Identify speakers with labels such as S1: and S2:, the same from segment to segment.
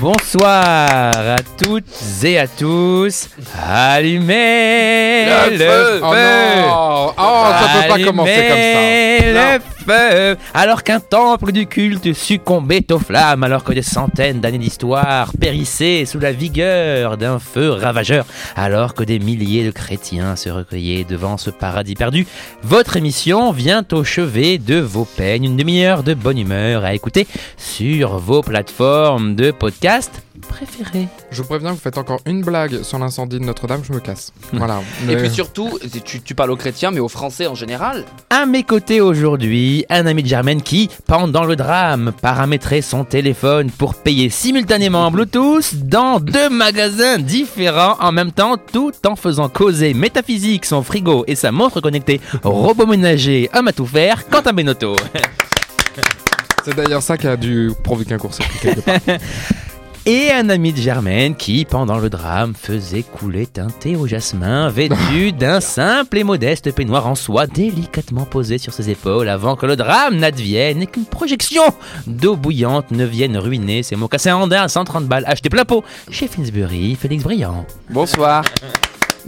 S1: Bonsoir à toutes et à tous. Allumez le, feu.
S2: Oh non Oh, ça peut pas commencer
S3: hein.
S2: comme ça
S1: Allumez le feu. Alors qu'un temple du culte succombait aux flammes, alors que des centaines d'années d'histoire périssaient sous la vigueur d'un feu ravageur, alors que des milliers de chrétiens se recueillaient devant ce paradis perdu, votre émission vient au chevet de vos peines. Une demi-heure de bonne humeur à écouter sur vos plateformes de podcast préférées.
S2: Je vous préviens, vous faites encore une blague sur l'incendie de Notre-Dame, je me casse. Voilà.
S3: Hum. Et
S2: Mais-
S3: puis surtout, tu, tu parles aux chrétiens, mais aux Français en général.
S1: À mes côtés aujourd'hui, un ami de Germaine qui, pendant le drame, paramétrait son téléphone pour payer simultanément en Bluetooth dans deux magasins différents en même temps, tout en faisant causer métaphysique, son frigo et sa montre connectée, robot ménager, homme à tout faire, Quentin Benotto.
S2: c'est d'ailleurs ça qui a dû provoquer un court-circuit quelque part.
S1: Et un ami de Germaine qui, pendant le drame, faisait couler un thé au jasmin vêtu d'un simple et modeste peignoir en soie délicatement posé sur ses épaules avant que le drame n'advienne et qu'une projection d'eau bouillante ne vienne ruiner ses mocassins Honda à 130 balles achetés plein pot chez Finsbury, Félix Briand.
S3: Bonsoir.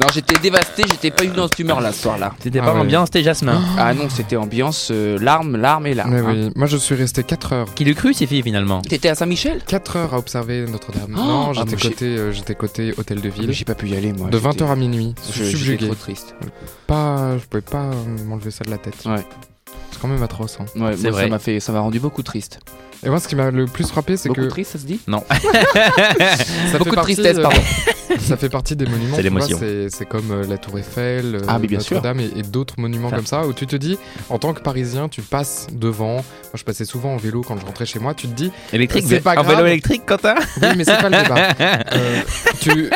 S3: Non, j'étais dévasté, j'étais pas eu dans cette humeur là ce soir-là.
S1: C'était
S2: Ah
S1: pas
S2: ouais.
S1: ambiance, thé jasmin.
S3: Ah non, c'était ambiance euh, larmes, larmes et larmes.
S2: Mais
S3: hein.
S2: oui, moi je suis resté 4 heures.
S1: Qui l'eût cru, ces filles, finalement
S3: T'étais à Saint-Michel
S2: 4 heures à observer Notre-Dame.
S3: Oh
S2: non,
S3: Ah,
S2: j'étais
S3: moi, j'ai-
S2: côté, euh, j'étais côté hôtel de ville.
S3: Ah, Mais J'ai pas pu y aller moi.
S2: de
S3: j'étais-
S2: 20h à minuit,
S3: Je- J'étais
S2: subjugué.
S3: trop triste.
S2: Pas, je pouvais pas euh, m'enlever ça de la tête.
S3: Ouais.
S2: C'est quand même atroce. hein.
S3: Ouais,
S1: C'est
S3: moi,
S1: vrai.
S3: ça m'a fait, ça m'a rendu beaucoup triste.
S2: Et moi, ce qui m'a le plus frappé, c'est
S3: Beaucoup
S2: que
S3: triste, ça se dit
S2: ça
S3: Beaucoup
S2: fait
S3: de
S2: partie,
S3: tristesse,
S2: euh,
S3: pardon.
S2: ça fait partie des monuments.
S1: C'est
S2: tu vois,
S1: l'émotion.
S2: C'est c'est comme euh, la Tour Eiffel, euh,
S3: Ah, mais bien sûr.
S2: Notre-Dame et, et d'autres monuments
S1: Enfin.
S2: comme ça où tu te dis, en tant que Parisien, tu passes devant. Moi, je passais souvent en vélo quand je rentrais chez moi. Tu te dis,
S1: Électrique,
S2: C'est pas
S1: en vélo
S2: grave.
S1: électrique, Quentin
S2: oui, mais c'est pas le débat. Euh, tu,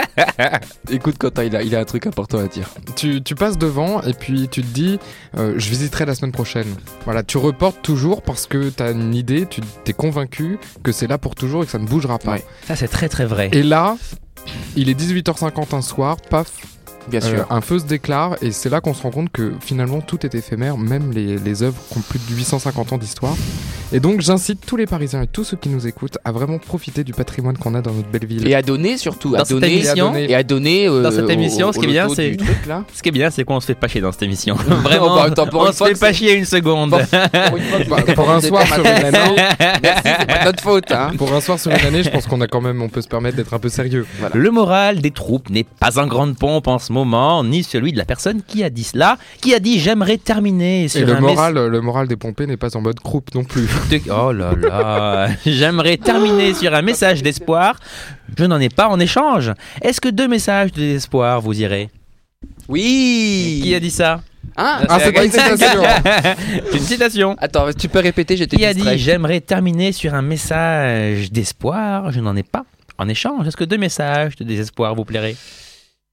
S3: Écoute, Quentin, il a, il a un truc important à dire.
S2: tu, tu passes devant et puis tu te dis, euh, je visiterai la semaine prochaine. Voilà, tu reportes toujours parce que t'as une idée, tu t'es convaincu que c'est là pour toujours et que ça ne bougera pas.
S3: Ouais.
S1: Ça, c'est très très vrai.
S2: Et là, il est 18h50 un soir, paf,
S3: Bien
S2: euh,
S3: sûr.
S2: un feu se déclare et c'est là qu'on se rend compte que finalement tout est éphémère, même les, les œuvres qui ont plus de 850 ans d'histoire. Et donc j'incite tous les Parisiens et tous ceux qui nous écoutent à vraiment profiter du patrimoine qu'on a dans notre belle ville.
S3: Et à donner surtout, à
S1: Dans cette
S3: donner.
S1: émission,
S2: donner.
S3: Et à donner. euh,
S1: Dans cette
S3: au-
S1: émission,
S3: au-
S1: ce
S3: au
S1: qui est bien,
S3: loto
S1: c'est-
S3: du truc là.
S1: ce qui est bien, c'est qu'on se fait pas chier dans cette émission. Vraiment,
S3: bah, attends, pour
S1: on
S3: une
S1: se
S3: fois
S1: fait
S3: que
S1: pas
S3: c'est-
S1: chier une seconde.
S3: Pour une fois que-
S2: Bah, pour un
S3: c'est
S2: soir
S3: pas
S2: sur
S3: mal.
S2: une année,
S3: Merci, c'est pas notre faute. Hein.
S2: pour un soir sur une année, je pense qu'on a quand même, on peut se permettre d'être un peu sérieux.
S1: Le moral des troupes n'est pas en grande pompe en ce moment, ni celui de la personne qui a dit cela, qui a dit j'aimerais terminer sur
S2: Et le
S1: un
S2: moral, le moral des pompiers n'est pas en mode croupe non plus.
S1: message de- Oh là là, j'aimerais terminer sur un message d'espoir. Je n'en ai pas en échange. Est-ce que deux messages de désespoir vous irez
S3: Oui.
S1: Qui a dit ça
S3: Hein
S2: Ah, c'est pas une citation.
S1: C'est une citation.
S3: Attends, tu peux répéter, j'étais
S1: Qui a
S3: distrait.
S1: dit j'aimerais terminer sur un message d'espoir Je n'en ai pas en échange. Est-ce que deux messages de désespoir vous plairaient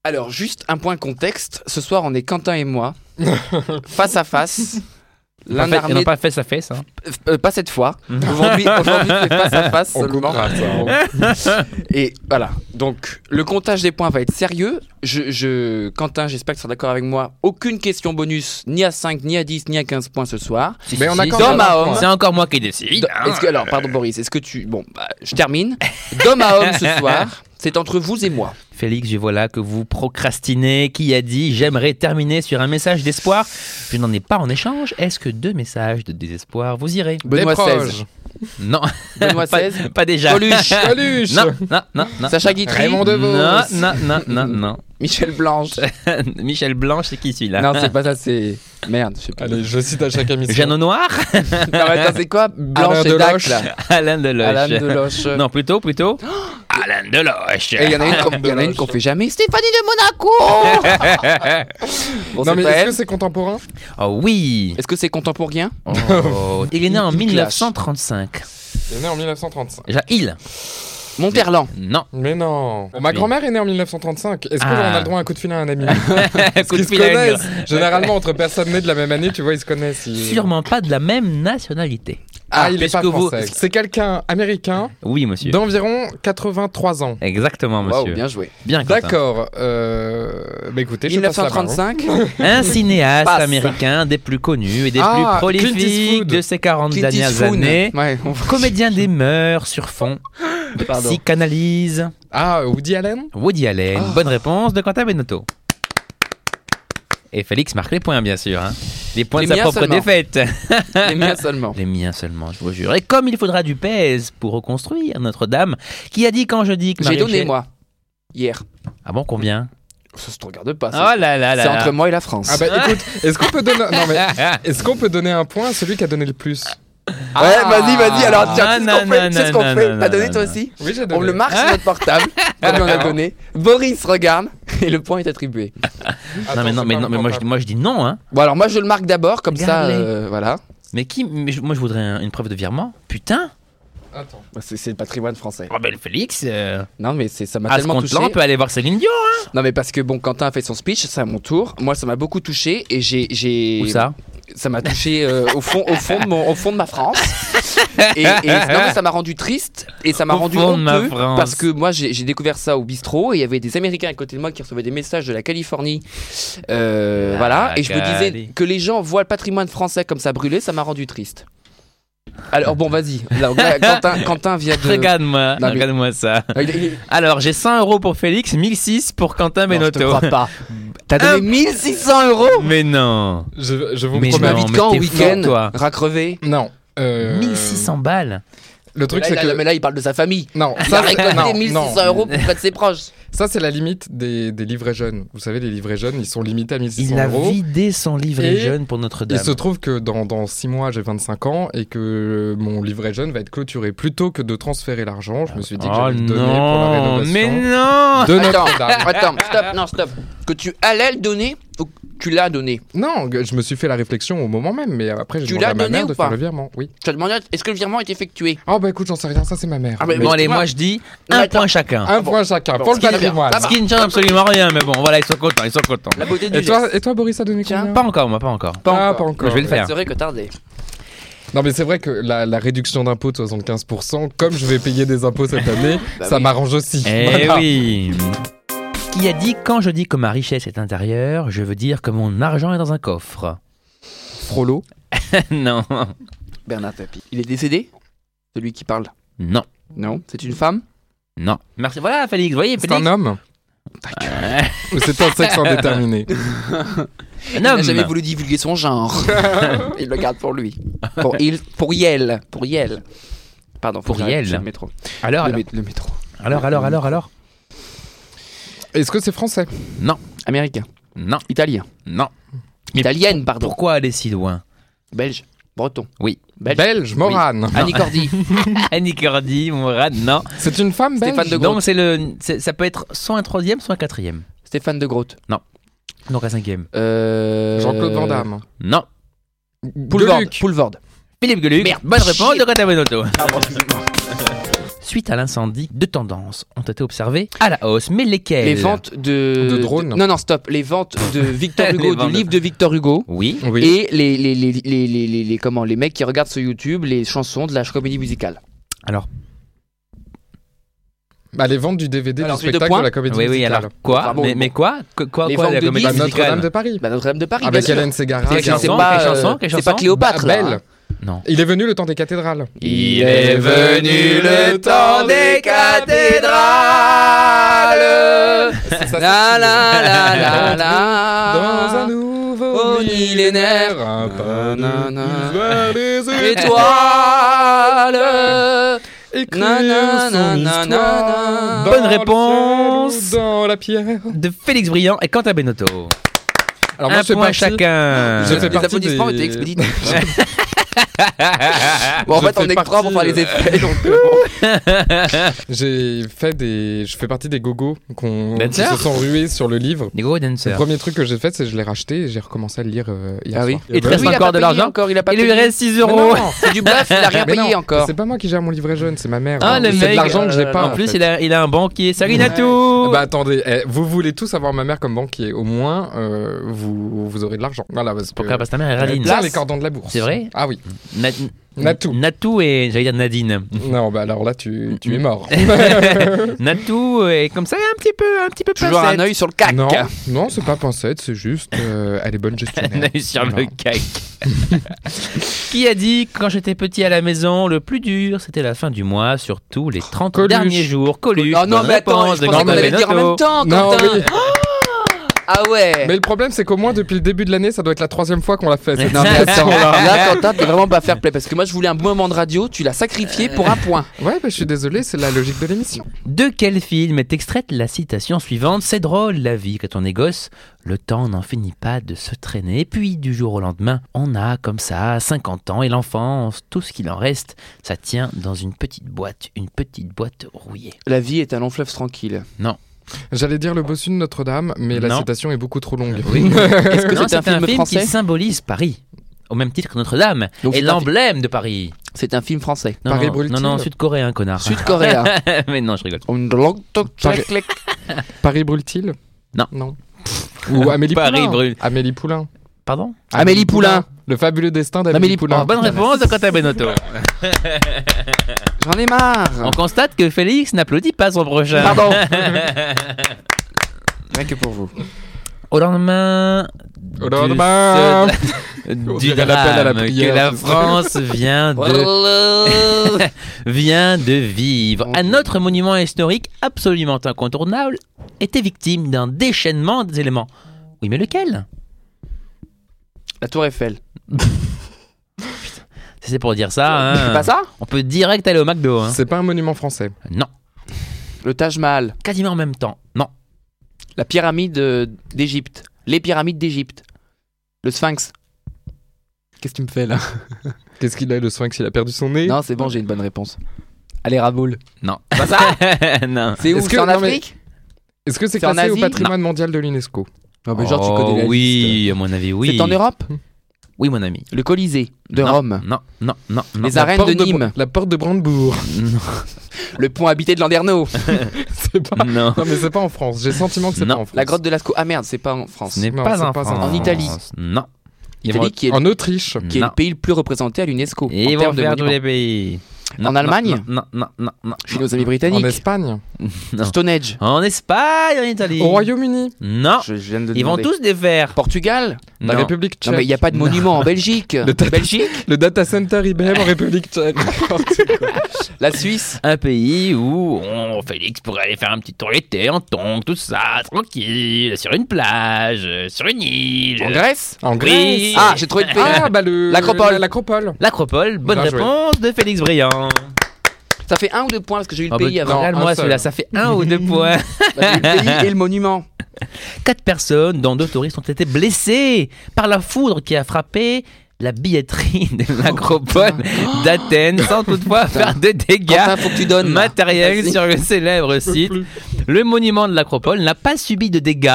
S3: Alors, juste un point contexte. Ce soir, on est Quentin et moi, face à face.
S1: En
S3: L'un
S1: fait, ils n'ont
S3: armé. Pas...
S1: pas fait sa fesse. hein.
S3: pas cette fois.
S1: Mhm.
S3: Aujourd'hui, aujourd'hui, c'est face à face
S2: On
S3: seulement.
S2: coupera ça.
S3: Et voilà. Donc, le comptage des points va être sérieux. Je, je... Quentin, j'espère que tu seras d'accord avec moi. Aucune question bonus, ni à 5, ni à 10, ni à 15 points ce soir.
S1: Si,
S2: Mais
S1: si,
S2: on
S1: si,
S2: a quand
S1: c'est
S3: D'homme
S2: même un
S3: à
S2: point.
S3: homme.
S1: C'est encore moi qui décide. hein.
S3: Do- est-ce que- alors, pardon, Boris, est-ce que tu. Bon, bah, je termine. D'homme à homme ce soir, c'est entre vous et moi.
S1: Félix, je vois là que vous procrastinez. Qui a dit j'aimerais terminer sur un message d'espoir Je n'en ai pas en échange. Est-ce que deux messages de désespoir vous irez
S3: Benoît
S2: Des proches.
S3: XVI.
S1: Non,
S3: Benoît
S1: pas,
S3: XVI.
S1: pas déjà.
S3: Coluche.
S2: Coluche.
S1: Non, non, non, non.
S3: Sacha Guitry.
S2: Raymond Devos.
S1: Non, non, non, non, non.
S3: Michel Blanche.
S1: Michel Blanche, c'est qui celui-là
S3: Non, c'est pas ça, c'est. Merde, je sais pas.
S2: Allez, je cite à chaque émission.
S1: Jeanne au Noir
S3: Non, mais attends, c'est quoi Blanche
S2: Alain
S3: et Dac,
S2: Deloche.
S3: là
S1: Alain Deloche.
S3: Alain Deloche.
S1: Non, plutôt, plutôt. Alain Deloche.
S3: Et il y en a une qu'on- il y en a une qu'on fait jamais. Stéphanie de Monaco
S2: non
S3: Bon, c'est
S2: mais
S3: pas
S2: est-ce
S3: elle.
S2: que c'est contemporain
S1: Oh oui.
S3: Est-ce que c'est contemporain
S1: Oh, il est né en
S3: Il clash.
S1: 1935.
S2: Il est né en 1935.
S1: Déjà, il
S3: Monterland.
S1: Non.
S2: Mais non. Ma
S1: Oui.
S2: grand-mère est née en 1935. Est-ce qu'on
S1: Ah.
S2: a le droit à un coup de fil à un ami
S1: Coup de
S2: Parce qu'ils
S1: fil
S2: se
S1: à une-
S2: connaissent. Généralement, entre personnes nées de la même année, tu vois, ils se connaissent. ils-
S1: Sûrement pas de la même nationalité.
S2: Ah, il est
S1: puisque
S2: pas
S1: vous-
S2: français. C'est quelqu'un américain
S1: Oui, monsieur.
S2: d'environ 83 ans.
S1: Exactement,
S3: Waouh,
S1: monsieur.
S3: bien joué.
S1: bien, Quentin.
S2: D'accord. Euh... Bah écoutez, je passe la parole.
S3: 1935,
S1: Un cinéaste
S3: Passe.
S1: américain des plus connus et des
S2: Ah,
S1: plus
S2: Clint
S1: prolifiques
S2: Eastwood.
S1: de ces 40
S3: Clint
S1: dernières
S3: Eastwood.
S1: années.
S3: Ouais, on va-
S1: Comédien des mœurs sur fond de
S3: Pardon.
S1: psychanalyse.
S2: Ah, Woody Allen
S1: Woody Allen.
S3: Ah.
S1: Bonne réponse de Quentin Benotto. Et Félix marque les points, bien sûr. hein. Les points
S3: Les
S1: de sa
S3: miens
S1: propre
S3: seulement.
S1: défaite.
S3: les miens seulement.
S1: Les miens seulement, je vous jure. Et comme il faudra du pèse pour reconstruire Notre-Dame, qui a dit quand je dis que
S3: J'ai
S1: Marie-
S3: donné, moi, hier.
S1: Ah bon, combien
S3: Ça se te regarde pas.
S1: Oh
S3: ça.
S1: là là là
S3: c'est
S1: là. Ah,
S3: entre moi et la France.
S2: Ah bah écoute, est-ce qu'on peut donner non, mais est-ce qu'on peut donner un point à celui qui a donné le plus
S3: Ouais, vas-y, vas-y. Alors, tiens, c'est
S1: Ah. Non,
S3: ce qu'on
S1: non,
S3: fait.
S1: non,
S3: C'est ce qu'on
S1: non,
S3: fait.
S1: non,
S3: T'as
S1: non,
S3: donné
S1: non,
S3: toi
S1: non.
S3: aussi
S2: Oui, j'ai
S3: On le marque sur notre portable, comme on a donné. Boris regarde, et le point est attribué.
S1: Non mais non, mais, non, mais moi, je, moi je dis non. Hein.
S3: Bon, alors moi je le marque d'abord, comme ça,
S1: Regarde-les.
S3: euh, voilà.
S1: Mais qui mais je- Moi je voudrais un- une preuve de virement. Putain
S2: Attends.
S3: Bah, C'est c'est le patrimoine français.
S1: Oh ben le Félix euh,
S3: Non, mais c'est- ça m'a
S1: À ce
S3: tellement touché.
S1: compte-là, on peut aller voir Céline Dion.
S3: Non, mais parce que bon, Quentin a fait son speech, c'est à mon tour. Moi, ça m'a beaucoup touché et j'ai. j'ai-
S1: Ou ça
S3: Ça m'a touché euh, au, fond, au, fond de mon- au fond de ma France. Et, et- non, mais ça m'a rendu triste et ça m'a
S1: Au
S3: rendu
S1: fond de ma
S3: honteux
S1: France.
S3: parce que moi j'ai j'ai découvert ça au bistrot et il y avait des Américains à côté de moi qui recevaient des messages de la Californie. Euh,
S1: La
S3: voilà, et je me disais
S1: Cali.
S3: que les gens voient le patrimoine français comme ça brûler, ça m'a rendu triste. Alors bon, vas-y. Alors, Quentin, Quentin vient de.
S1: Regarde-moi,
S3: Non, mais-
S1: regarde-moi ça.
S3: Il- il-
S1: Alors j'ai 100 euros pour Félix, 1006 pour Quentin
S3: Non, je te
S1: Benotto.
S3: crois pas. T'as donné
S1: Ah.
S3: 1600 euros
S1: Mais non
S2: Je, je vous
S1: Mais
S3: Tu
S1: non.
S2: promets.
S3: m'invites quand au
S1: t'es fort,
S3: week-end
S1: toi.
S3: Racrevé
S2: Non. euh,
S1: 1600 balles
S2: Le truc
S3: Là,
S2: c'est
S3: là,
S2: que
S3: là, Mais là, il parle de sa famille.
S2: non,
S3: Il a
S2: ça c'est
S3: récolté
S2: non,
S3: 1600
S2: non.
S3: euros pour près de ses proches.
S2: Ça c'est la limite des, des livrets jeunes. Vous savez les livrets jeunes, ils sont limités à 1600
S1: Il a
S2: euros.
S1: vidé son livret
S2: Et
S1: jeune pour
S2: Il
S1: Notre-Dame.
S2: se trouve que dans, dans 6 mois, j'ai 25 ans et que euh, mon livret jeune va être clôturé. Plutôt que de transférer l'argent, je me suis dit que
S1: Oh
S2: j'allais le donner pour la
S1: non,
S2: rénovation
S1: mais non
S2: de
S3: Attends,
S2: Notre-Dame.
S3: attends, stop, non, stop. Que tu allais le donner ou que tu l'as donné
S2: Non, que je me suis fait la réflexion au moment même, mais après j'ai
S3: Tu
S2: demandé
S3: l'as
S2: à ma
S3: donné
S2: mère
S3: ou
S2: de
S3: pas
S2: faire le virement. Oui.
S3: Je te demandais, est-ce que le virement est effectué
S2: Oh bah écoute, j'en sais rien, ça c'est ma mère.
S3: Ah, mais
S1: Bon
S3: Mais
S1: allez,
S3: toi-
S1: moi je dis
S3: Non,
S1: un
S3: attends.
S1: point chacun.
S2: Un
S3: bon.
S2: point chacun
S3: Bon,
S2: pour le
S3: ce qui est bien.
S2: patrimoine.
S3: Ah bah.
S1: Ce qui ne change absolument rien, mais bon, voilà, ils sont contents, ils sont contents.
S3: La beauté du
S2: Et
S3: geste.
S2: toi, et toi, Boris, a donné
S3: Tiens.
S2: combien
S1: Pas encore, moi, pas encore.
S2: Ah,
S3: encore.
S2: pas encore.
S1: Je vais le faire.
S3: Ça serait que tardé.
S2: Non, mais c'est vrai que la, la réduction d'impôt de 75%, comme je vais payer des impôts cette année,
S3: Bah
S2: ça
S3: oui.
S2: m'arrange aussi.
S1: Eh
S2: Voilà.
S1: oui Qui a dit quand je dis que ma richesse est intérieure, je veux dire que mon argent est dans un coffre
S3: Frollo.
S1: Non,
S3: Bernard Tapie. Il est décédé Celui qui parle.
S1: non,
S3: Non, c'est une femme
S1: non. Merci, voilà Félix, vous voyez
S2: C'est
S1: Félix
S2: un homme Ou c'est un sexe indéterminé
S1: Un
S3: Il n'a jamais
S1: homme
S3: voulu divulguer son genre. il le garde pour lui. Pour, il, pour Yel. Pour Yel. Pardon, faut
S1: Pour
S3: que j'arrête,
S1: Yel.
S3: j'ai Le métro.
S2: Ah,
S1: Alors,
S3: le,
S1: alors,
S3: mé- le métro.
S1: alors, alors, alors, alors
S2: Est-ce que c'est français
S3: Américain.
S1: Non,
S3: Italien.
S1: non.
S3: Italienne, pardon.
S1: Pourquoi aller si loin
S3: Belge. Breton.
S1: Oui.
S3: Belge.
S2: Belge, Morane.
S3: Annie Cordy.
S1: Annie Cordy, Mourad, non.
S2: C'est une femme belge
S3: Stéphane de Groot.
S1: Non, c'est le, c'est- ça peut être soit un troisième, soit un quatrième.
S3: Stéphane de Groot.
S1: Donc un cinquième.
S3: Euh...
S2: Jean-Claude Van Damme.
S1: Non.
S3: Poulvord.
S2: Gueluc.
S3: Poulvord.
S1: Philippe Geluc.
S3: Merde,
S1: Bonne réponse
S3: shit.
S1: de Quentin Benotto. Suite à l'incendie, deux tendances ont été observées à la hausse, mais lesquelles
S3: Les ventes de...
S2: De drones.
S3: Non, non, stop. Les ventes de Victor
S1: Les
S3: Hugo,
S1: ventes
S3: du
S1: de-
S3: livre de Victor Hugo.
S1: Oui.
S2: Oui.
S3: Et les, les, les, les, les, les- les- comment, les mecs qui regardent sur YouTube les chansons de la comédie musicale.
S1: Alors,
S2: Bah, les ventes du DVD
S3: Alors,
S2: du
S3: celui de
S2: spectacle
S3: points
S2: de la comédie
S1: oui, oui,
S2: musicale.
S1: alors quoi
S3: Bravo.
S1: mais, mais quoi Que- Quoi,
S3: Les
S1: quoi,
S3: ventes
S1: la
S3: de
S1: comédie
S2: Bah,
S3: disques,
S1: musicale
S2: Notre-Dame de Paris.
S3: Bah, Notre-Dame de Paris,
S2: Avec
S3: bien sûr.
S2: Ah, Hélène Segarra.
S1: C'est
S3: C'est-
S1: quelle
S3: c'est
S1: chanson,
S3: pas,
S1: quelle
S3: euh,
S1: chanson, quelle
S3: c'est
S1: chanson
S3: pas Cléopâtre, là,
S2: Bah, Belle.
S3: hein.
S1: Non.
S2: Il est venu le temps des cathédrales.
S1: Il
S3: est venu le temps des cathédrales.
S2: C'est ça,
S3: La la la la Ah.
S2: Dans
S3: la
S2: un nouveau
S3: Au
S2: millénaire,
S3: millénaire.
S2: un pas
S3: Nanana.
S2: de plus vers les
S3: Étoile
S2: écrire
S3: Nanana,
S2: son
S3: nanana.
S2: histoire dans
S1: Bonne
S2: le ciel
S1: réponse.
S2: ou dans la pierre.
S1: De Félix Briand et Quentin Benotto.
S2: Alors
S1: un
S2: je fais
S1: point
S2: partie-
S1: chacun.
S2: Je fais
S3: Euh, Les
S2: partie
S3: applaudissements
S2: des-
S3: étaient expéditifs.
S1: Ah,
S3: Bon, en
S2: Je
S3: fait, on
S2: fais
S3: est que trois pour faire
S2: partie,
S3: les effets. donc, euh,
S2: J'ai fait des, je fais partie des gogos qu'on- qui
S1: Danseurs
S2: se sont rués sur le livre.
S1: Des gros
S2: Le
S1: dancers.
S2: premier truc que j'ai fait, c'est que je l'ai racheté et j'ai recommencé à le lire euh, hier
S3: Ah oui.
S2: soir.
S1: Et
S2: Bah
S1: très reste
S3: oui, il a
S1: encore
S3: pas
S1: de
S3: payé
S1: l'argent
S3: encore, il a pas
S1: Il lui
S3: payé.
S1: reste 6
S2: Mais
S1: euros.
S2: non,
S3: C'est du bluff, il a rien
S2: Mais
S3: payé
S2: non,
S3: encore.
S2: C'est pas moi qui gère mon livret jeune, c'est ma mère.
S1: Ah, le
S2: c'est
S1: mec.
S2: de l'argent que j'ai pas.
S1: En plus,
S2: fait.
S3: Ah,
S1: il a, il a un banquier. Salut Natou vous
S2: Bah attendez, eh, vous voulez tous avoir ma mère comme banquier. Au moins, euh, vous, vous aurez de l'argent. Voilà, parce que...
S1: Pourquoi parce que ta
S3: euh,
S1: mère est
S2: Elle
S1: radine
S2: tient
S3: Place.
S2: les cordons de la bourse.
S1: C'est vrai
S2: Ah oui.
S1: Na-
S2: Natou.
S1: Natou et j'allais dire Nadine.
S2: Non, bah alors là, tu, tu es mort.
S1: Natou est comme ça un petit peu, un petit peu
S3: Toujours un
S1: pincette.
S3: œil sur le cac.
S2: Non, non c'est pas pincette, c'est juste. euh, elle est bonne
S1: Un
S2: gestionnaire.
S1: œil sur le
S2: Voilà.
S1: cac. Qui a dit quand j'étais petit à la maison, le plus dur c'était la fin du mois, surtout les 30
S2: Coluche.
S1: derniers jours. Coluche.
S3: Oh non,
S1: bonne
S3: mais attends,
S1: réponse
S3: je
S1: de
S3: pensais qu'on
S1: Grand
S3: allait le dire en
S1: Benotto.
S3: même temps,
S2: Non,
S3: Quentin.
S2: oui.
S3: Ah ouais.
S2: Mais le problème, c'est qu'au moins depuis le début de l'année, ça doit être la troisième fois qu'on l'a fait. cette
S1: Non, mais
S2: imitation.
S1: attends.
S3: Là, Quentin, t'es vraiment pas fair play parce que moi, je voulais un moment de radio, tu l'as sacrifié pour un point.
S2: Ouais, bah, je suis désolé, c'est la logique de l'émission.
S1: De quel film est extraite la citation suivante C'est drôle la vie quand on est gosse, le temps n'en finit pas de se traîner, puis du jour au lendemain, on a comme ça 50 ans et l'enfance, tout ce qu'il en reste, ça tient dans une petite boîte, une petite boîte rouillée.
S3: La vie est un long fleuve tranquille.
S2: J'allais dire le bossu de Notre-Dame, mais la
S1: Non.
S2: citation est beaucoup trop longue.
S1: Oui.
S3: Est-ce que
S1: Non,
S3: Euh, c'est un film
S1: qui
S3: français
S1: symbolise Paris, au même titre que Notre-Dame,
S3: Donc
S1: et
S3: c'est un fi-
S1: l'emblème de Paris.
S3: C'est un film français.
S1: Non,
S2: Paris
S1: non,
S2: brûle-t-il Ah.
S1: non, non, sud-coréen, connard.
S3: Sud-coréen.
S1: Mais non, je rigole.
S3: On langue toc, clac, clac.
S2: Paris brûle-t-il
S1: Non.
S2: Non. Ou Amélie
S1: Paris
S2: Poulain.
S1: brûle.
S2: Amélie Poulain.
S1: Pardon
S3: Amélie Poulain.
S2: Le fabuleux destin
S3: Amélie
S2: d'Amélie Poulain.
S1: Oh, Bonne réponse de Quentin Benotto.
S2: Ah.
S3: J'en ai
S1: On
S3: marre.
S1: constate que Félix n'applaudit pas son prochain.
S3: Pardon. Rien que pour vous.
S1: Au lendemain.
S2: Au lendemain.
S1: du-
S2: On
S1: du
S2: dirait l'appel à la
S1: drame
S2: prière,
S1: que la
S2: c'est ça.
S1: France vient de, vient de vivre. Un autre monument historique absolument incontournable était victime d'un déchaînement des éléments. Oui, mais lequel
S3: La Tour Eiffel.
S1: Si C'est pour dire ça.
S3: C'est
S1: hein,
S3: pas ça
S1: On peut direct aller au McDo. hein.
S2: C'est pas un monument français.
S1: Non,
S3: Le Taj Mahal.
S1: quasiment en même temps. Non,
S3: La pyramide euh, d'Égypte. Les pyramides d'Égypte. Le Sphinx. Qu'est-ce que tu me fais là
S2: Qu'est-ce qu'il a le soin qu'il a perdu son nez
S3: Non, c'est bon, j'ai une bonne réponse. Allez, Raboul.
S1: non. Pas
S2: Ah.
S1: ça Non.
S3: C'est où
S2: Est-ce que-
S3: C'est en
S2: non, mais-
S3: Afrique
S2: Est-ce que c'est
S3: C'est en
S2: classé au
S3: Asie
S2: patrimoine mondial de l'UNESCO
S3: Non, mais genre, tu
S1: Oh,
S3: connais la liste.
S1: Oui, à mon avis, oui.
S3: C'est en Europe
S1: Oui, mon ami.
S3: Le Colisée de
S1: Non,
S3: Rome.
S1: Non, non, non. non.
S3: Les arènes
S2: porte
S3: de Nîmes.
S2: la porte de Brandebourg.
S3: Le pont habité de Landerneau.
S2: c'est pas.
S1: Non.
S2: Non mais c'est pas en France. J'ai le sentiment que c'est
S1: Non.
S2: pas en France.
S3: La grotte de Lascaux. Ah merde, c'est pas en France.
S1: Ce n'est
S2: Non,
S1: pas,
S2: c'est
S1: en
S2: pas en
S1: France.
S3: France. En Italie.
S1: Non. Ils vont-
S3: Italie qui est,
S2: En Autriche.
S3: qui est
S1: Non.
S3: le pays le plus représenté à l'UNESCO.
S1: Et
S3: en
S1: ils vont
S3: termes de
S1: faire tous
S3: monuments.
S1: les pays.
S3: En Allemagne
S1: Non, non, non, non.
S3: Chez nos amis
S2: En
S3: britanniques.
S2: Espagne.
S1: Non.
S3: Stone Age.
S1: En Espagne, en Italie.
S2: Au Royaume-Uni.
S1: Non,
S3: Je, je viens de
S1: ils vont
S3: demander.
S1: tous les faire.
S3: Portugal
S2: La
S1: Non.
S2: République
S3: Non,
S2: tchèque.
S3: mais il n'y a pas de monument en Belgique.
S2: Tata-
S3: Belgique
S2: Le data center IBM en République tchèque.
S3: La Suisse
S1: Un pays où on, Félix pourrait aller faire un petit tour l'été en tongs, tout ça, tranquille, sur une plage, euh, sur une île.
S3: En Grèce
S2: en
S1: Oui.
S2: Grèce.
S3: Ah, j'ai trouvé le pays.
S2: Ah, bah le
S3: L'Acropole.
S2: L'Acropole.
S1: L'Acropole, bonne
S2: Bien joué.
S1: réponse de Félix Briand.
S3: Ça fait un ou deux points parce que j'ai eu le
S2: Ah,
S1: Oh,
S3: pays
S1: bah,
S3: avant.
S2: non. un
S1: Regarde-moi
S2: seul.
S1: celui-là, ça fait un ou deux points.
S3: Bah, j'ai eu le pays et le monument.
S1: Quatre personnes, dont deux touristes, ont été blessées par la foudre qui a frappé la billetterie de l'acropole d'Athènes sans toutefois faire de dégâts
S3: Quentin, faut que tu donnes. là.
S1: matériels
S3: Vas-y.
S1: sur le célèbre site. Le monument de l'acropole n'a pas subi de dégâts,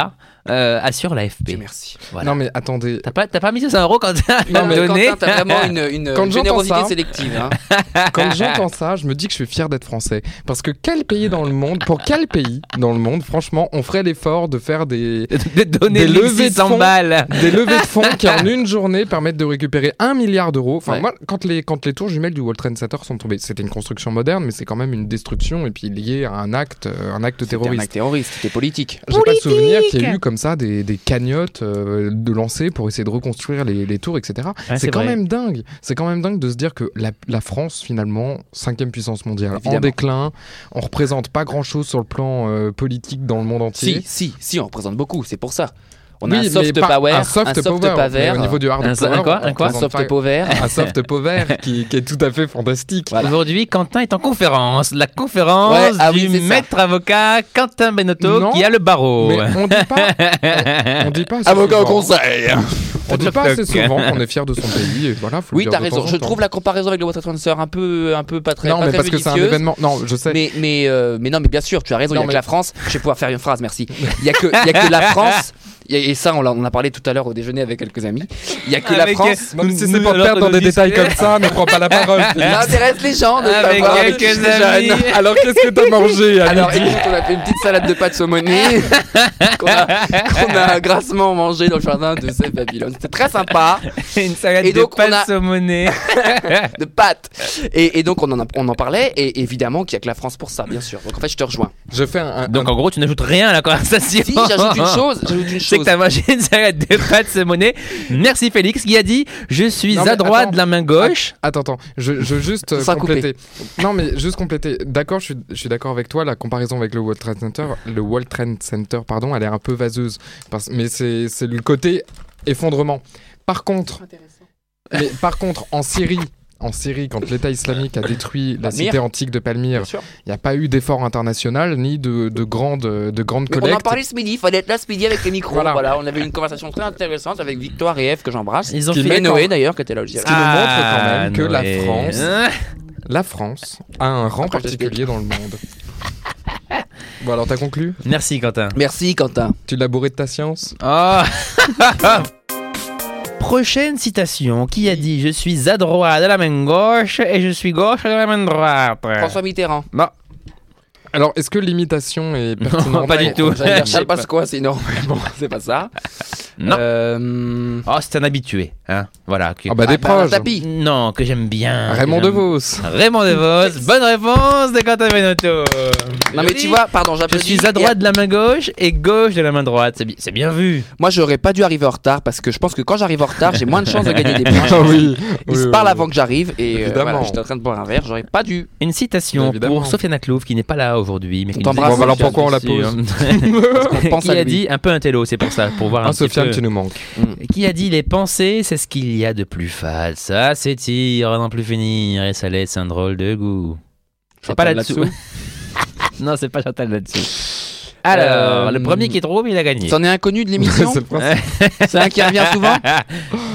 S1: euh, assure
S3: Dieu
S1: l'AFP.
S3: merci.
S1: Voilà.
S2: Non mais attendez.
S1: T'as pas, t'as pas mis 500 euros quand t'as
S3: Non, mais
S1: donné
S3: Quentin, t'as vraiment une, une
S2: Quand j'entends
S3: générosité
S2: ça-
S3: sélective. hein.
S2: Quand j'entends ça, je me dis que je suis fier d'être français. Parce que quel pays dans le monde, pour quel pays dans le monde, franchement, on ferait l'effort de faire des,
S1: de donner
S2: Des levées de
S1: 1600
S2: fonds.
S1: balles.
S2: des levées de fonds qui, en une journée, permettent de récupérer un milliard d'euros. Enfin,
S3: Ouais.
S2: moi, quand les, quand les tours jumelles du World Trade Center sont tombées, c'était une construction moderne, mais c'est quand même une destruction et puis liée à un acte, euh, un acte
S3: T'es un
S2: terroriste.
S3: acte terroriste, t'es politique.
S2: J'ai pas le souvenir qu'il y ait eu comme ça des, des cagnottes euh, de lancer pour essayer de reconstruire les, les tours, etc.
S1: Ouais,
S2: c'est quand
S1: vrai.
S2: même dingue. C'est quand même dingue de se dire que la, la France, finalement, cinquième puissance mondiale,
S3: Évidemment.
S2: en déclin, on représente pas grand chose sur le plan euh, politique dans le monde entier.
S3: Si, si, si, on représente beaucoup, c'est pour ça. On a
S2: Oui,
S3: un soft
S2: mais pas-
S3: power,
S2: un soft, power, mais au niveau du hard
S1: Un so-
S2: power,
S1: un quoi,
S2: on
S1: un quoi
S3: un
S2: représente
S3: soft
S2: pas-
S3: power.
S2: un soft power qui, qui est tout à fait fantastique.
S3: Voilà.
S1: Aujourd'hui, Quentin est en conférence. La conférence
S3: Ouais, ah oui,
S1: du
S3: c'est ça.
S1: maître avocat Quentin Benotto
S2: Non,
S1: qui a le barreau.
S2: Mais on dit pas, on dit pas assez
S3: Oh. Avocat au
S2: souvent-
S3: conseil
S2: On dit pas assez
S1: Toc, toc.
S2: souvent qu'on est fier de son pays. Et voilà, faut le
S3: Oui,
S2: dire
S3: t'as
S2: de
S3: raison.
S2: temps en
S3: Je
S2: temps.
S3: trouve la comparaison avec le Water Transfer un peu, un peu pas très
S2: Non,
S3: pas
S2: mais
S3: très
S2: parce que c'est un
S3: judicieuse.
S2: événement. Non, je sais.
S3: Mais, mais, euh, mais non, mais bien sûr, tu as raison, il
S2: Non,
S3: n'y a que
S2: mais-
S3: la France. Je vais pouvoir faire une phrase, merci. Il n'y a, que- il y a que la France Il y a- Et ça, on l'a- on en a parlé tout à l'heure au déjeuner avec quelques amis. Il n'y a que la
S1: Avec- euh,
S3: France.
S2: Même si c'est
S1: Nous,
S2: pour
S1: alors
S2: perdre
S1: qu'on
S2: dans des
S1: nous
S2: détails
S1: discute.
S2: comme ça, ne prends pas la parole.
S3: Ça intéresse les gens de
S1: Avec
S3: savoir.
S1: quelques
S3: Déjà,
S1: amis.
S3: non.
S2: Ah, Alors qu'est-ce que t'as mangé Anne
S3: Alors, écoute, on a fait une petite salade de pâtes saumonée qu'on a, qu'on a grassement mangée dans le jardin de Seth Babylone. C'était très sympa,
S1: Une salade
S3: Et donc,
S1: de
S3: on
S1: pâtes
S3: a-
S1: saumonées.
S3: de pâtes. Et, et donc, on en, a- on en parlait, et évidemment qu'il n'y a que la France pour ça, bien sûr. Donc, en fait, je te rejoins.
S2: Je fais un. un-
S1: Donc en gros, tu n'ajoutes rien à la conversation.
S3: Si, j'ajoute une chose, j'ajoute une
S1: C'est que
S3: chose.
S1: t'as mangé une salade de pâtes saumonées. Merci Félix qui a dit Je suis
S2: Non, mais
S1: à droite
S2: attends.
S1: de la main gauche.
S2: Attends, attends, je, je veux juste euh,
S3: Ça a coupé.
S2: compléter. Non, mais juste compléter. D'accord, je suis, je suis d'accord avec toi. La comparaison avec le World Trade Center, le World Trade Center, pardon, elle est un peu vaseuse. Parce, mais c'est c'est le côté effondrement. Par contre, mais par contre, en Syrie, en Syrie, quand l'État islamique a détruit la
S3: Palmyre.
S2: cité antique de Palmyre,
S3: Bien sûr.
S2: il n'y a pas eu d'effort international ni de, de grande de grande
S3: Mais on en
S2: collecte.
S3: parlait ce midi, il fallait être là ce midi avec les micros.
S2: Voilà.
S3: Voilà. on avait une conversation très intéressante avec Victoire et Eve que
S2: Ah,
S3: j'embrasse.
S1: Ils ont Ah,
S3: Et
S1: filmé
S3: Noé d'ailleurs qui était là aussi.
S2: qui nous montre quand même que la France-
S1: Hein
S2: La France a un rang
S3: Après, je
S2: particulier dans le monde. bon alors t'as conclu
S1: Merci Quentin.
S3: Merci Quentin.
S2: Tu l'as bourré de ta science
S1: Ah. Prochaine citation qui a dit Je suis à droite de la main gauche et je suis gauche de la main droite.
S3: François Mitterrand.
S2: Alors, est-ce que l'imitation est pertinente
S1: pas du tout.
S3: J'allais dire Charles Pasqua, sinon, mais bon, c'est pas ça.
S1: Non.
S3: Euh,
S1: Oh, c'est un habitué. Hein. Voilà. que-
S2: Ah bah des
S3: ah, Bernard
S2: proches.
S3: Tapie.
S1: Non, que j'aime bien.
S2: Raymond
S1: que Ah, j'aime-
S2: DeVos.
S1: Raymond DeVos. Bonne réponse de Quentin Benotto.
S3: Non mais tu vois, pardon,
S1: Je
S3: j'applaudis.
S1: suis à droite de la main gauche et gauche de la main droite. C'est bi- C'est bien vu.
S3: Et Moi, j'aurais pas dû arriver en retard parce que je pense que quand j'arrive en retard, j'ai moins de chances de gagner des points.
S2: Ah oui.
S3: Ils
S2: oui,
S3: se
S2: oui,
S3: parlent
S2: oui.
S3: avant que j'arrive et euh,
S2: Évidemment.
S3: voilà, j'étais en train de boire un verre, j'aurais pas dû.
S1: Une citation
S2: Évidemment.
S1: pour Sofiane Aklouf qui n'est pas là aujourd'hui. mais qui nous a-
S3: t'embrasse,
S2: Bon, bah alors
S3: Sofiane,
S2: pourquoi on la pose
S3: On pense
S1: qui
S3: à
S1: a
S3: lui.
S1: dit un peu un télo, c'est pour ça, pour voir un
S2: Ah,
S1: petit
S2: Sofiane,
S1: peu.
S2: tu nous manques.
S1: Qui a dit les pensées, c'est ce qu'il y a de plus fade. Ça s'étire à n'en plus finir et ça laisse un drôle de goût. C'est pas
S3: Chantal
S1: là-dessous. non, c'est pas Chantal là-dessous. Alors,
S3: Alors,
S1: le premier qui trouve, il a gagné.
S3: Euh, C'en est un connu de l'émission
S2: C'est le principe.
S3: C'est un qui revient souvent